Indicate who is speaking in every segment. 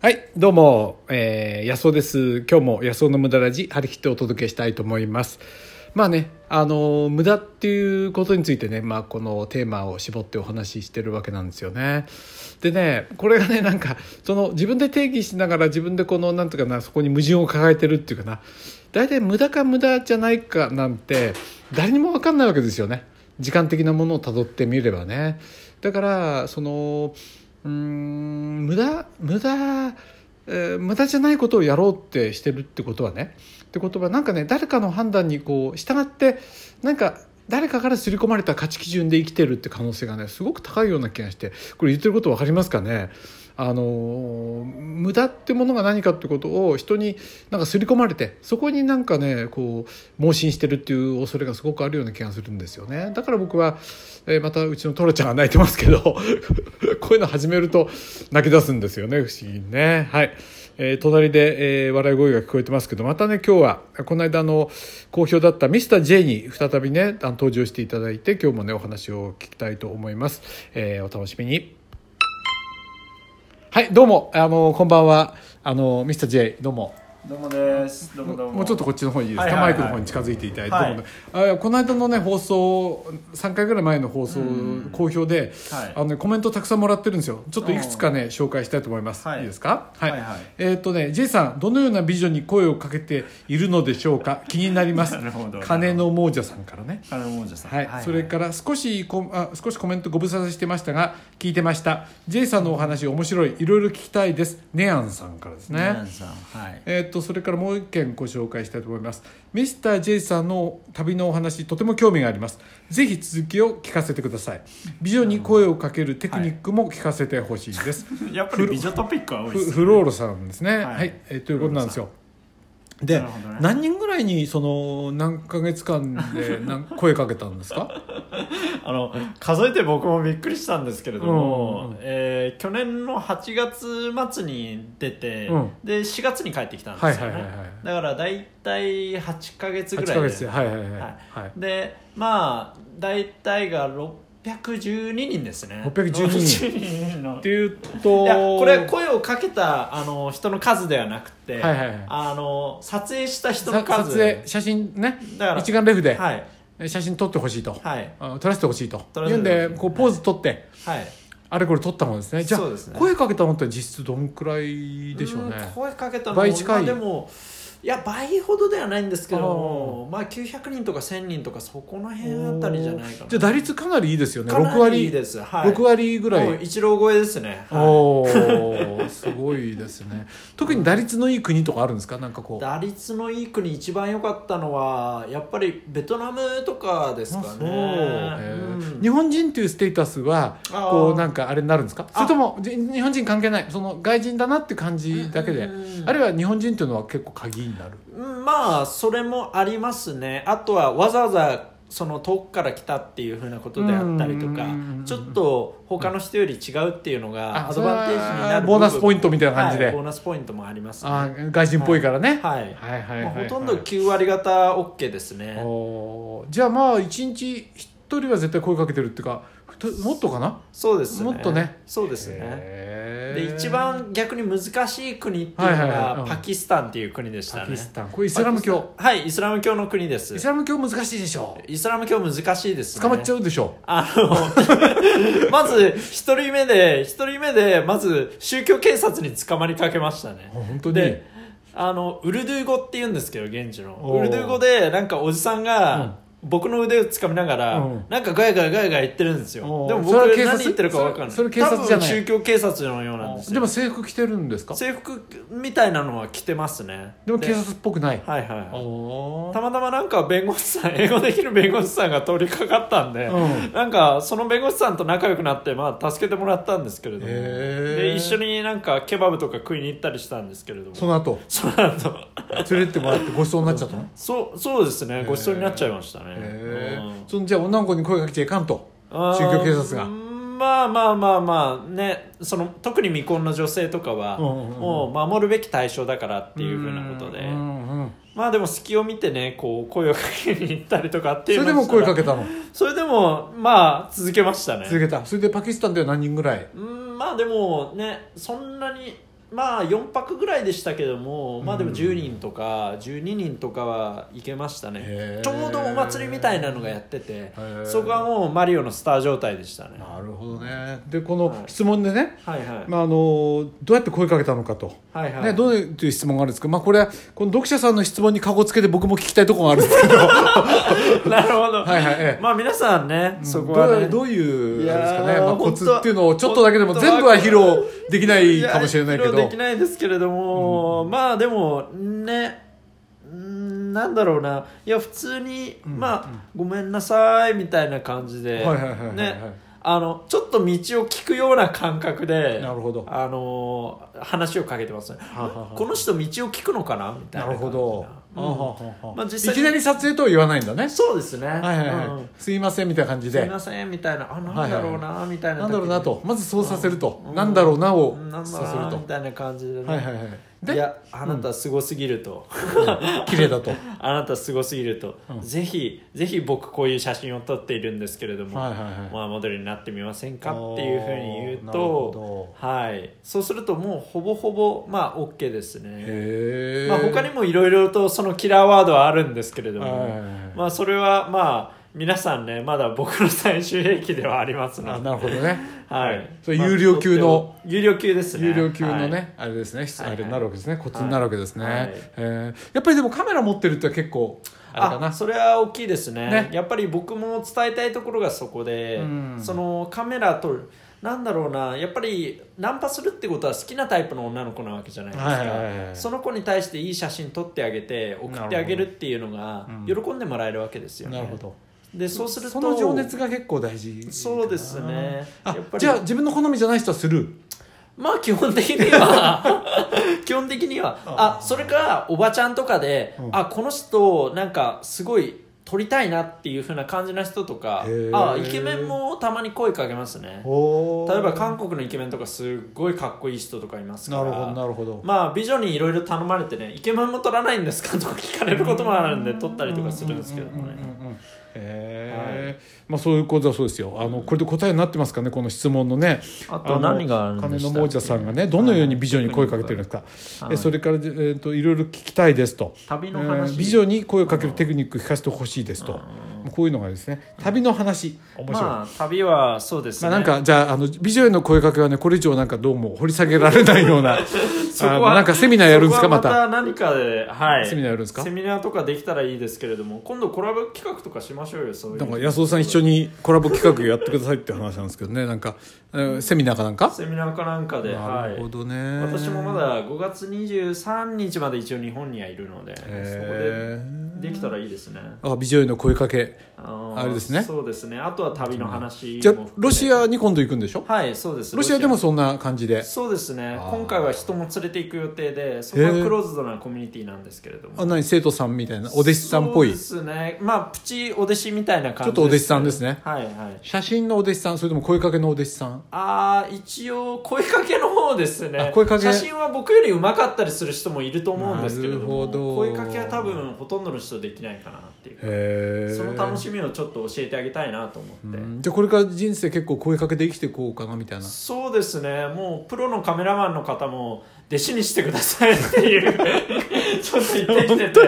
Speaker 1: はい、どうも、えー、安尾です。今日も安尾の無駄ラジ、張り切ってお届けしたいと思います。まあね、あの、無駄っていうことについてね、まあこのテーマを絞ってお話ししてるわけなんですよね。でね、これがね、なんか、その自分で定義しながら自分でこの、なんていうかな、そこに矛盾を抱えてるっていうかな、大体無駄か無駄じゃないかなんて、誰にもわかんないわけですよね。時間的なものをたどってみればねだからそのうーん無駄無駄、えー無駄じゃないことをやろうってしてるってことはねってことはなんかね誰かの判断にこう従ってなんか誰かから刷り込まれた価値基準で生きてるって可能性がねすごく高いような気がしてこれ言ってること分かりますかねあのー無駄ってものが何かってことを人になんか刷り込まれてそこになんかねこう盲信してるっていう恐れがすごくあるような気がするんですよねだから僕は、えーまたうちのトラちゃんが泣いてますけど こういうの始めると泣き出すんですよね不思議にねはい、えー隣で、えー笑い声が聞こえてますけどまたね今日はこの間あの好評だったミスター j に再びねあの登場していただいて今日もねお話を聞きたいと思います、えーお楽しみにはいどうもあのこんばんはあのミスター j どうも
Speaker 2: どうもです。どうもどうも。
Speaker 1: もうちょっとこっちの方にいいですか、
Speaker 2: はいはいは
Speaker 1: マイ
Speaker 2: い
Speaker 1: クの方に近づいていただいて、
Speaker 2: はい
Speaker 1: どうもねあこの間のね放送3回ぐらい前の放送、
Speaker 2: うん
Speaker 1: 好評で、
Speaker 2: はい
Speaker 1: あのね、コメントたくさんもらってるんですよちょっといくつかね紹介したいと思います、
Speaker 2: は
Speaker 1: い、
Speaker 2: い
Speaker 1: いですかはい、
Speaker 2: はいはい
Speaker 1: えーっとね J さんどのような美女に声をかけているのでしょうか気になります
Speaker 2: なるほど
Speaker 1: 金の亡者さんからね
Speaker 2: 金の王者さん。
Speaker 1: はい、それから少しこあ少しコメントご無沙汰してましたが聞いてました J さんのお話面白いいろいろ聞きたいですネアンさんからですね
Speaker 2: ね。皆さんはい。
Speaker 1: えー、とそれからもう一件ご紹介したいと思いますミスター j さんの旅のお話とても興味がありますぜひ続きを聞かせてください美女に声をかけるテクニックも聞かせてほしいです、
Speaker 2: やっぱり美女トピックは多いで
Speaker 1: フ
Speaker 2: す。
Speaker 1: フローロさんですね、は
Speaker 2: はいい
Speaker 1: えーということなんですよで、
Speaker 2: なるほどね
Speaker 1: 何人ぐらいにその何ヶ月間で何声かけたんですか
Speaker 2: あの数えて僕もびっくりしたんですけれども、
Speaker 1: うん
Speaker 2: えー去年の8月末に出て、
Speaker 1: うん
Speaker 2: で4月に帰ってきたんですよね。
Speaker 1: はいはいはいはい
Speaker 2: だからだいたい8ヶ月ぐ
Speaker 1: 8
Speaker 2: らい
Speaker 1: ヶ月ではいはいはい、
Speaker 2: はい
Speaker 1: はい
Speaker 2: でまあだいたいが612人ですね。
Speaker 1: 612人
Speaker 2: 612人の
Speaker 1: っていうと
Speaker 2: いやこれ声をかけたあの人の数ではなくて、
Speaker 1: はいはいはい
Speaker 2: あの撮影した人の
Speaker 1: さ
Speaker 2: 数
Speaker 1: 撮影写真ね
Speaker 2: だから
Speaker 1: 一眼レフで
Speaker 2: はい
Speaker 1: 写真撮ってほしいと、
Speaker 2: はい
Speaker 1: あ撮らせてほしいと
Speaker 2: 撮ら
Speaker 1: い
Speaker 2: せ
Speaker 1: う
Speaker 2: て
Speaker 1: ん
Speaker 2: ほしい
Speaker 1: でこうポーズ撮って、
Speaker 2: はい
Speaker 1: あれこれ撮ったもんですねじゃあ
Speaker 2: そうですね
Speaker 1: 声かけたのって実質どんくらいでしょうね
Speaker 2: ん声かけたの
Speaker 1: 倍近い
Speaker 2: まあでもいや倍ほどではないんですけども
Speaker 1: あ
Speaker 2: まあ900人とか1000人とかそこの辺あたりじゃないかな
Speaker 1: じゃあ打率かなりいいですよね
Speaker 2: かな
Speaker 1: 6
Speaker 2: りいい
Speaker 1: 割
Speaker 2: ですはい
Speaker 1: 六割ぐら
Speaker 2: もう
Speaker 1: い
Speaker 2: 一郎超えですね、はい
Speaker 1: おおすごいですね特に打率のいい国とかあるんですかなんかこう
Speaker 2: 打率のいい国一番良かったのはやっぱりベトナムとかです
Speaker 1: あ
Speaker 2: かね
Speaker 1: そうへ
Speaker 2: う
Speaker 1: ー
Speaker 2: ん
Speaker 1: 日本人というステータスは
Speaker 2: あー
Speaker 1: こうなんかあれになるんですか
Speaker 2: あ
Speaker 1: それともじ日本人関係ないその外人だなって感じだけで
Speaker 2: うん
Speaker 1: あるいは日本人というのは結構鍵になる
Speaker 2: うんまあそれもありますねあとはわざわざその遠くから来たっていうふうなことであったりと
Speaker 1: うんうん
Speaker 2: か
Speaker 1: うんうん
Speaker 2: ちょっと他の人より違うっていうのがアドバンテージにな
Speaker 1: あ
Speaker 2: る
Speaker 1: ボーナスポイン
Speaker 2: ト
Speaker 1: トみたいな感じで、
Speaker 2: ボーナスポイントもありますね
Speaker 1: あー外人っぽいからね、
Speaker 2: はい、
Speaker 1: はいはいはい
Speaker 2: まあ
Speaker 1: はい
Speaker 2: ほとんど9割方 OK ですね
Speaker 1: おーじゃあまあ一日一人は絶対声かけてるっていうかふともっとかな
Speaker 2: そうですね
Speaker 1: もっとね
Speaker 2: そうですねで
Speaker 1: で
Speaker 2: 一番逆に難しい国っていうの
Speaker 1: はいはいはいうん
Speaker 2: がパキスタンっていう国でした
Speaker 1: パ
Speaker 2: ね
Speaker 1: キスタンこれイスラム教
Speaker 2: はいイスラム教の国です
Speaker 1: イスラム教難しいでしょ
Speaker 2: イスラム教難しいですね
Speaker 1: 捕まっちゃうでしょ
Speaker 2: あの、 まず、一人目で、一人目で、まず、宗教警察に捕まりかけましたね
Speaker 1: あ。本当に
Speaker 2: で、あの、ウルドゥー語って言うんですけど、現地の。
Speaker 1: おー
Speaker 2: ウルドゥー語で、なんかおじさんが、僕の腕を掴みながら、
Speaker 1: うん
Speaker 2: なんかガヤガヤガヤガヤ言ってるんですよ。
Speaker 1: おー
Speaker 2: でも
Speaker 1: そ
Speaker 2: 僕
Speaker 1: れは警察
Speaker 2: 何言ってるかわかんない。
Speaker 1: それそれ警察じゃない
Speaker 2: 多分宗教警察のようなんですよ。
Speaker 1: でも制服着てるんですか
Speaker 2: 制服みたいなのは着てますね。
Speaker 1: でも警察っぽくない
Speaker 2: はいはい。
Speaker 1: おー
Speaker 2: たまたまなんか弁護士さん英語できる弁護士さんが通りかかったんで、
Speaker 1: うん
Speaker 2: なんかその弁護士さんと仲良くなって、まあ、助けてもらったんですけれども
Speaker 1: へー
Speaker 2: で一緒になんかケバブとか食いに行ったりしたんですけれども
Speaker 1: その後
Speaker 2: その後
Speaker 1: 連れてってもらってごちそうになっちゃったの
Speaker 2: そうそうですねごちそうになっちゃいました
Speaker 1: へ
Speaker 2: ね、うん
Speaker 1: ーそのじゃあ女の子に声かけちゃいかんと
Speaker 2: あー
Speaker 1: 宗教警察が
Speaker 2: まあまあまあまあねその特に未婚の女性とかは、
Speaker 1: うんうんうん
Speaker 2: もう守るべき対象だからっていうふうなことで、
Speaker 1: うんうんうん
Speaker 2: まあでも隙を見てねこう声をかけに行ったりとかって
Speaker 1: そ
Speaker 2: いう
Speaker 1: れ
Speaker 2: の
Speaker 1: でも
Speaker 2: したら
Speaker 1: 声かけたの
Speaker 2: それでもまあ続けましたね
Speaker 1: 続けたそれでパキスタンでは何人ぐらい
Speaker 2: うんまあでもねそんなにまあ4泊ぐらいでしたけどもまあでも10人とか12人とかは行けました
Speaker 1: へ
Speaker 2: ね
Speaker 1: ー
Speaker 2: ちょうどお祭りみたいなのがやってて
Speaker 1: ー
Speaker 2: そこはもうマリオのスター状態でしたね
Speaker 1: なるほどねでこ
Speaker 2: は
Speaker 1: の
Speaker 2: い
Speaker 1: 質問でね、
Speaker 2: はいはい、
Speaker 1: まあ、あのどうやって声かけたのかと、
Speaker 2: はいはい
Speaker 1: ね、どういう質問があるんですか、まあ、これはこの読者さんの質問にかごつけて僕も聞きたいところがあるんですけど
Speaker 2: なるほど
Speaker 1: はいはいええ
Speaker 2: まあ皆さんね、 そこ
Speaker 1: ど
Speaker 2: は
Speaker 1: う
Speaker 2: ね
Speaker 1: どういう
Speaker 2: いやー
Speaker 1: あれですかね、まあ、コ
Speaker 2: 本当
Speaker 1: ツっていうのをちょっとだけでも
Speaker 2: 本当は
Speaker 1: 全部は披露できないかもしれないけ
Speaker 2: や披露
Speaker 1: ど
Speaker 2: できないですけれども、まあでもねうんなんだろうないや普通に、
Speaker 1: うん
Speaker 2: まあ、ごめんなさいみたいな感じで、
Speaker 1: はいはいはいはいはい
Speaker 2: ねあのちょっと道を聞くような感覚で
Speaker 1: なるほど
Speaker 2: あの話をかけてますね
Speaker 1: ははは
Speaker 2: この人道を聞くのかなみたい
Speaker 1: な
Speaker 2: な
Speaker 1: る
Speaker 2: 感じ
Speaker 1: ほど、
Speaker 2: うん
Speaker 1: あははは
Speaker 2: まあ実際
Speaker 1: いきなり撮影とは言わないんだね
Speaker 2: そうですね、
Speaker 1: はいはいはい、
Speaker 2: うん
Speaker 1: すいませんみたいな感じ
Speaker 2: すい
Speaker 1: で
Speaker 2: ませんみたいなあなんだろうな、みたいな
Speaker 1: なんだろうなとまずそうさせると、
Speaker 2: うん
Speaker 1: なんだろうなを
Speaker 2: なんだろ
Speaker 1: さ
Speaker 2: う
Speaker 1: せ
Speaker 2: な
Speaker 1: る
Speaker 2: みたいな感じで、ね
Speaker 1: とはいはいはい
Speaker 2: い
Speaker 1: で
Speaker 2: やあなたすごすぎると、
Speaker 1: 綺麗 だと
Speaker 2: あなたすごすぎると、
Speaker 1: うん
Speaker 2: ぜひぜひ僕こういう写真を撮っているんですけれども、
Speaker 1: はいはいはい
Speaker 2: まあ、モデルになってみませんかっていうふうに言う
Speaker 1: なる
Speaker 2: と
Speaker 1: ほ、
Speaker 2: はい、そうするともうほぼほぼまあ OK ですね、
Speaker 1: へえ
Speaker 2: まあ、他にもいろいろとそのキラーワードはあるんですけれども、
Speaker 1: はいはいはい
Speaker 2: まあ、それはまあ皆さんねまだ僕の最終兵器ではあります
Speaker 1: あ
Speaker 2: ので、
Speaker 1: なるほどね
Speaker 2: はい
Speaker 1: それ有料級の、
Speaker 2: まあ有料級ですね
Speaker 1: 有料級のね、
Speaker 2: はい
Speaker 1: あれですね、
Speaker 2: はいはい
Speaker 1: あれになるわけですねコツになるわけですね、
Speaker 2: はいはい
Speaker 1: えーやっぱりでもカメラ持ってるって結構あれかな
Speaker 2: それは大きいですね
Speaker 1: ね
Speaker 2: やっぱり僕も伝えたいところがそこで、
Speaker 1: うん
Speaker 2: そのカメラとなんだろうなやっぱりナンパするってことは好きなタイプの女の子なわけじゃないですか、
Speaker 1: はいはいはいはい
Speaker 2: その子に対していい写真撮ってあげて送ってあげるっていうのが
Speaker 1: なるほど
Speaker 2: 喜んでもらえるわけですよね
Speaker 1: なるほど
Speaker 2: でそうすると
Speaker 1: その情熱が結構大事かな
Speaker 2: そうですね
Speaker 1: あ
Speaker 2: やっぱり
Speaker 1: じゃあ自分の好みじゃない人はする
Speaker 2: まあ基本的には 基本的にはあそれからおばちゃんとかで、
Speaker 1: うん
Speaker 2: あこの人なんかすごい撮りたいなっていう風な感じな人とか
Speaker 1: へー
Speaker 2: あイケメンもたまに声かけますね
Speaker 1: お
Speaker 2: 例えば韓国のイケメンとかすっごいかっこいい人とかいますか
Speaker 1: な
Speaker 2: ら
Speaker 1: るほどなるほど、
Speaker 2: まあ美女にいろいろ頼まれてねイケメンも撮らないんですかとか聞かれることもあるんで撮ったりとかするんですけども
Speaker 1: うん
Speaker 2: ね、
Speaker 1: うんうんうんへえまあそういうことはそうですよあのこれで答えになってますかねこの質問のね
Speaker 2: あと何があるんでしたっ
Speaker 1: 金
Speaker 2: け
Speaker 1: の亡者さんがねどのように美女に声かけてるんですか、
Speaker 2: はい
Speaker 1: えそれから、えー、といろいろ聞きたいですと
Speaker 2: 旅の話
Speaker 1: えー美女に声をかけるテクニック聞かせてほしいですとこういうのがですね旅の話面白い、まあ
Speaker 2: まあ旅はそうですね、
Speaker 1: なんかじゃああの美女への声かけはねこれ以上なんかどうも掘り下げられないような
Speaker 2: そこは
Speaker 1: あのなんかセミナーやるんですか
Speaker 2: そこは
Speaker 1: また
Speaker 2: また何かで、はい、
Speaker 1: セミナーやるんですか
Speaker 2: セミナーとかできたらいいですけれども今度コラボ企画とかしましょうよそういう
Speaker 1: なんか安尾さん一緒
Speaker 2: に
Speaker 1: にコラボ企画やってくださいって話なんですけどねなんか、えーセミナーかなんか
Speaker 2: セミナーかなんかで
Speaker 1: なるほどね、
Speaker 2: はい、私もまだ5月23日まで一応日本にはいるのでそこ
Speaker 1: へ
Speaker 2: でできたらいいですね
Speaker 1: あ美女への声かけ
Speaker 2: あー
Speaker 1: あれですね
Speaker 2: そうですねあとは旅の話も
Speaker 1: じゃあ
Speaker 2: 含めて
Speaker 1: ロシアに今度行くんでしょ
Speaker 2: はいそうです
Speaker 1: ロシアでもそんな感じで
Speaker 2: そうですね
Speaker 1: あー
Speaker 2: 今回は人も連れて行く予定でそこはクローズドなコミュニティなんですけれども
Speaker 1: あ何生徒さんみたいなお弟子さんっぽ
Speaker 2: そう
Speaker 1: い
Speaker 2: で
Speaker 1: ち
Speaker 2: すねまあプチお弟子みたいな感じ
Speaker 1: ょっとお弟子さんです
Speaker 2: ね
Speaker 1: ね
Speaker 2: はいはい
Speaker 1: 写真のお弟子さんそれとも声かけのお弟子さん
Speaker 2: ああ一応声かけの方ですね
Speaker 1: あ声かけ
Speaker 2: 写真は僕より上手かったりする人もいると思うんですけれども
Speaker 1: なるほど
Speaker 2: 声かけは多分ほとんどの人できないかなっていう
Speaker 1: へえ
Speaker 2: その楽しみをちょっと教えてあげたいなと思って、
Speaker 1: じゃあこれから人生結構声かけで生きていこうかなみたいな
Speaker 2: そうですねもうプロのカメラマンの方も弟子にしてくださいっていう ちょっと言ってきてて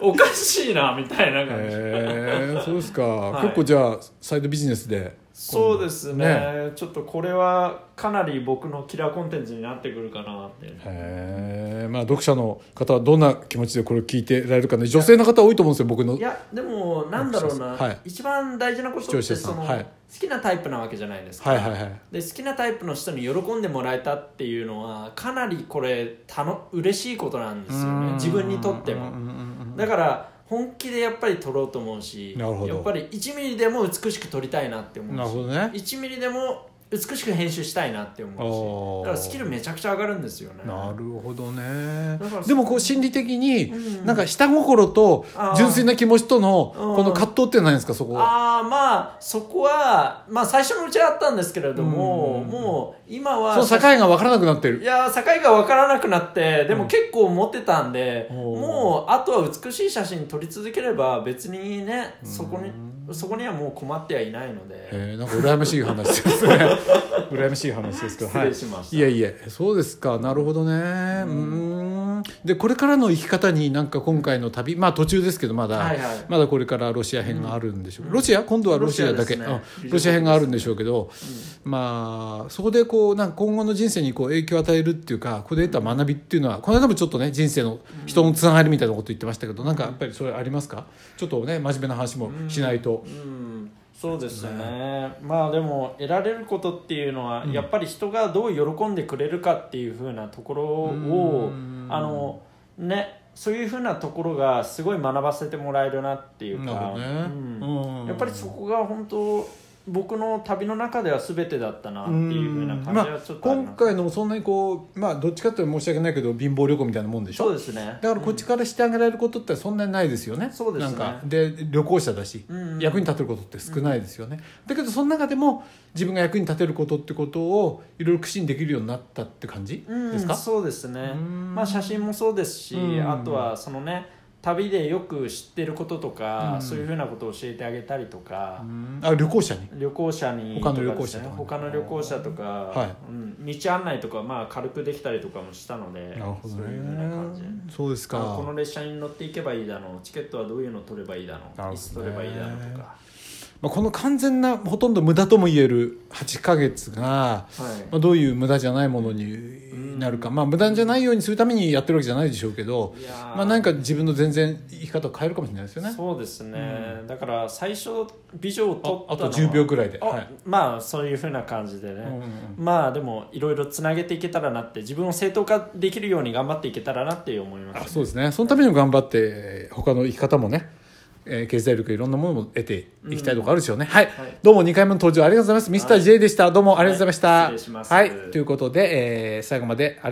Speaker 2: おかしいなみたいな感じ
Speaker 1: へえそうですか、
Speaker 2: い
Speaker 1: 結構じゃあサイドビジネスで
Speaker 2: そうですね
Speaker 1: ね
Speaker 2: ちょっとこれはかなり僕のキラーコンテンツになってくるかなっていう
Speaker 1: へえまあ読者の方はどんな気持ちでこれを聞いてられるかね女性の方多いと思うんですよ僕の
Speaker 2: いやでもなんだろうな、
Speaker 1: はい
Speaker 2: 一番大事なこと
Speaker 1: 視聴
Speaker 2: っ
Speaker 1: 者
Speaker 2: て
Speaker 1: さん
Speaker 2: その、
Speaker 1: はい
Speaker 2: 好きなタイプなわけじゃないですか、
Speaker 1: はいはいはい
Speaker 2: で好きなタイプの人に喜んでもらえたっていうのはかなりこれたの嬉しいことなんですよね自分にとって
Speaker 1: うんう
Speaker 2: も
Speaker 1: んうん
Speaker 2: だから本気でやっぱり撮ろうと思うし
Speaker 1: なるほど
Speaker 2: やっぱり1ミリでも美しく撮りたいなって
Speaker 1: うんな
Speaker 2: 思
Speaker 1: る
Speaker 2: うし
Speaker 1: ほどね
Speaker 2: 1ミリでも美しく編集したいなって思
Speaker 1: お
Speaker 2: う
Speaker 1: ー
Speaker 2: しだからスキルめちゃくちゃ上がるんですよね
Speaker 1: なるほどね
Speaker 2: だから
Speaker 1: でもこう心理的に
Speaker 2: うん
Speaker 1: なんか下心と
Speaker 2: あー
Speaker 1: 純粋な気持ちとの
Speaker 2: うん
Speaker 1: この葛藤ってないんですかそこは
Speaker 2: ああまあそこはまあ最初のうちはあったんですけれども、
Speaker 1: うん
Speaker 2: もう今は
Speaker 1: その境が分からなくなって
Speaker 2: い
Speaker 1: る
Speaker 2: やー境が分からなくなってで
Speaker 1: う
Speaker 2: も
Speaker 1: ん
Speaker 2: 結構持ってたんで、
Speaker 1: おー
Speaker 2: もうあとは美しい写真撮り続ければ別にねそこにそこにはもう困ってはいないので
Speaker 1: えー、なんか羨ましい話ですね羨ましい話ですけど
Speaker 2: 失
Speaker 1: はい
Speaker 2: 礼しました、
Speaker 1: いえいえそうですかなるほどねうんんでこれからの生き方になんか今回の旅まあ途中ですけどまだ、
Speaker 2: はいはい
Speaker 1: まだこれからロシア編があるんでしょう、ロシア今度はロシアだけ
Speaker 2: ロシアです
Speaker 1: ロシ,、
Speaker 2: ね
Speaker 1: ロシア編があるんでしょうけど、まあそこでこうなんか今後の人生にこう影響を与えるっていうかここで得た学びっていうのはこの間もちょっとね人生の人のつながりみたいなこと言ってましたけど、なんかやっぱりそれありますかちょっとね真面目な話もしないと、
Speaker 2: うんそうですねまあでも得られることっていうのは、やっぱり人がどう喜んでくれるかっていうふうなところを
Speaker 1: うん
Speaker 2: あのねそういうふうなところがすごい学ばせてもらえるなっていうか、
Speaker 1: なるほどね、
Speaker 2: うん
Speaker 1: うん
Speaker 2: やっぱりそこが本当僕の旅の中では全てだったなっていうふうな感じはちょっとあり
Speaker 1: 今
Speaker 2: ます、
Speaker 1: 回のもそんなにこうまあどっちかというと申し訳ないけど貧乏旅行みたいなもんでしょ
Speaker 2: そうですね
Speaker 1: だからこっちからしてあげられることってそんなにないですよね。
Speaker 2: そうですね
Speaker 1: なんかで旅行者だし、
Speaker 2: うんうん
Speaker 1: 役に立てることって少ないですよね。だけどその中でも自分が役に立てることってことをいろいろ苦心できるようになったって感じ
Speaker 2: うん
Speaker 1: ですか？
Speaker 2: そうですね
Speaker 1: うん
Speaker 2: まあ写真もそうですし
Speaker 1: うん
Speaker 2: あとはそのね旅でよく知ってることとか
Speaker 1: うん
Speaker 2: そういうふうなことを教えてあげたりとか
Speaker 1: うんあ旅行者に。
Speaker 2: 旅行者に
Speaker 1: 他の旅行者とかね
Speaker 2: とかですね他の旅行者とか、
Speaker 1: は
Speaker 2: うん、道案内とかまあ軽くできたりとかもしたので
Speaker 1: なるほど
Speaker 2: そういうふうな感じで
Speaker 1: ね。そうですか。
Speaker 2: あこの列車に乗っていけばいいだのチケットはどういうの取ればいいだの
Speaker 1: なるほどね
Speaker 2: 椅子取ればいいだのとか、
Speaker 1: まあこの完全なほとんど無駄とも言える8ヶ月が。
Speaker 2: はい
Speaker 1: まあ、どういう無駄じゃないものになるか、まあ、無駄じゃないようにするためにやってるわけじゃないでしょうけど
Speaker 2: いやー
Speaker 1: まあ、何か自分の全然生き方を変えるかもしれないですよね
Speaker 2: そうですね、だから最初美女を取ったのは
Speaker 1: ああと10秒ぐらいで
Speaker 2: あ
Speaker 1: はい
Speaker 2: まあそういうふうな感じでね、
Speaker 1: うんうん
Speaker 2: まあでもいろいろつなげていけたらなって自分を正当化できるように頑張っていけたらなって思いま
Speaker 1: あ
Speaker 2: す
Speaker 1: そうですねそのためにも頑張ってえー他の生き方もね、えー経済力いろんなものも得ていきたいところあるでしょうね、はい、
Speaker 2: はい
Speaker 1: どうも2回目の登場ありがとうございますミスター j でしたどうもありがとうございました、
Speaker 2: はい失礼します
Speaker 1: はいということで、えー最後までありがとうございました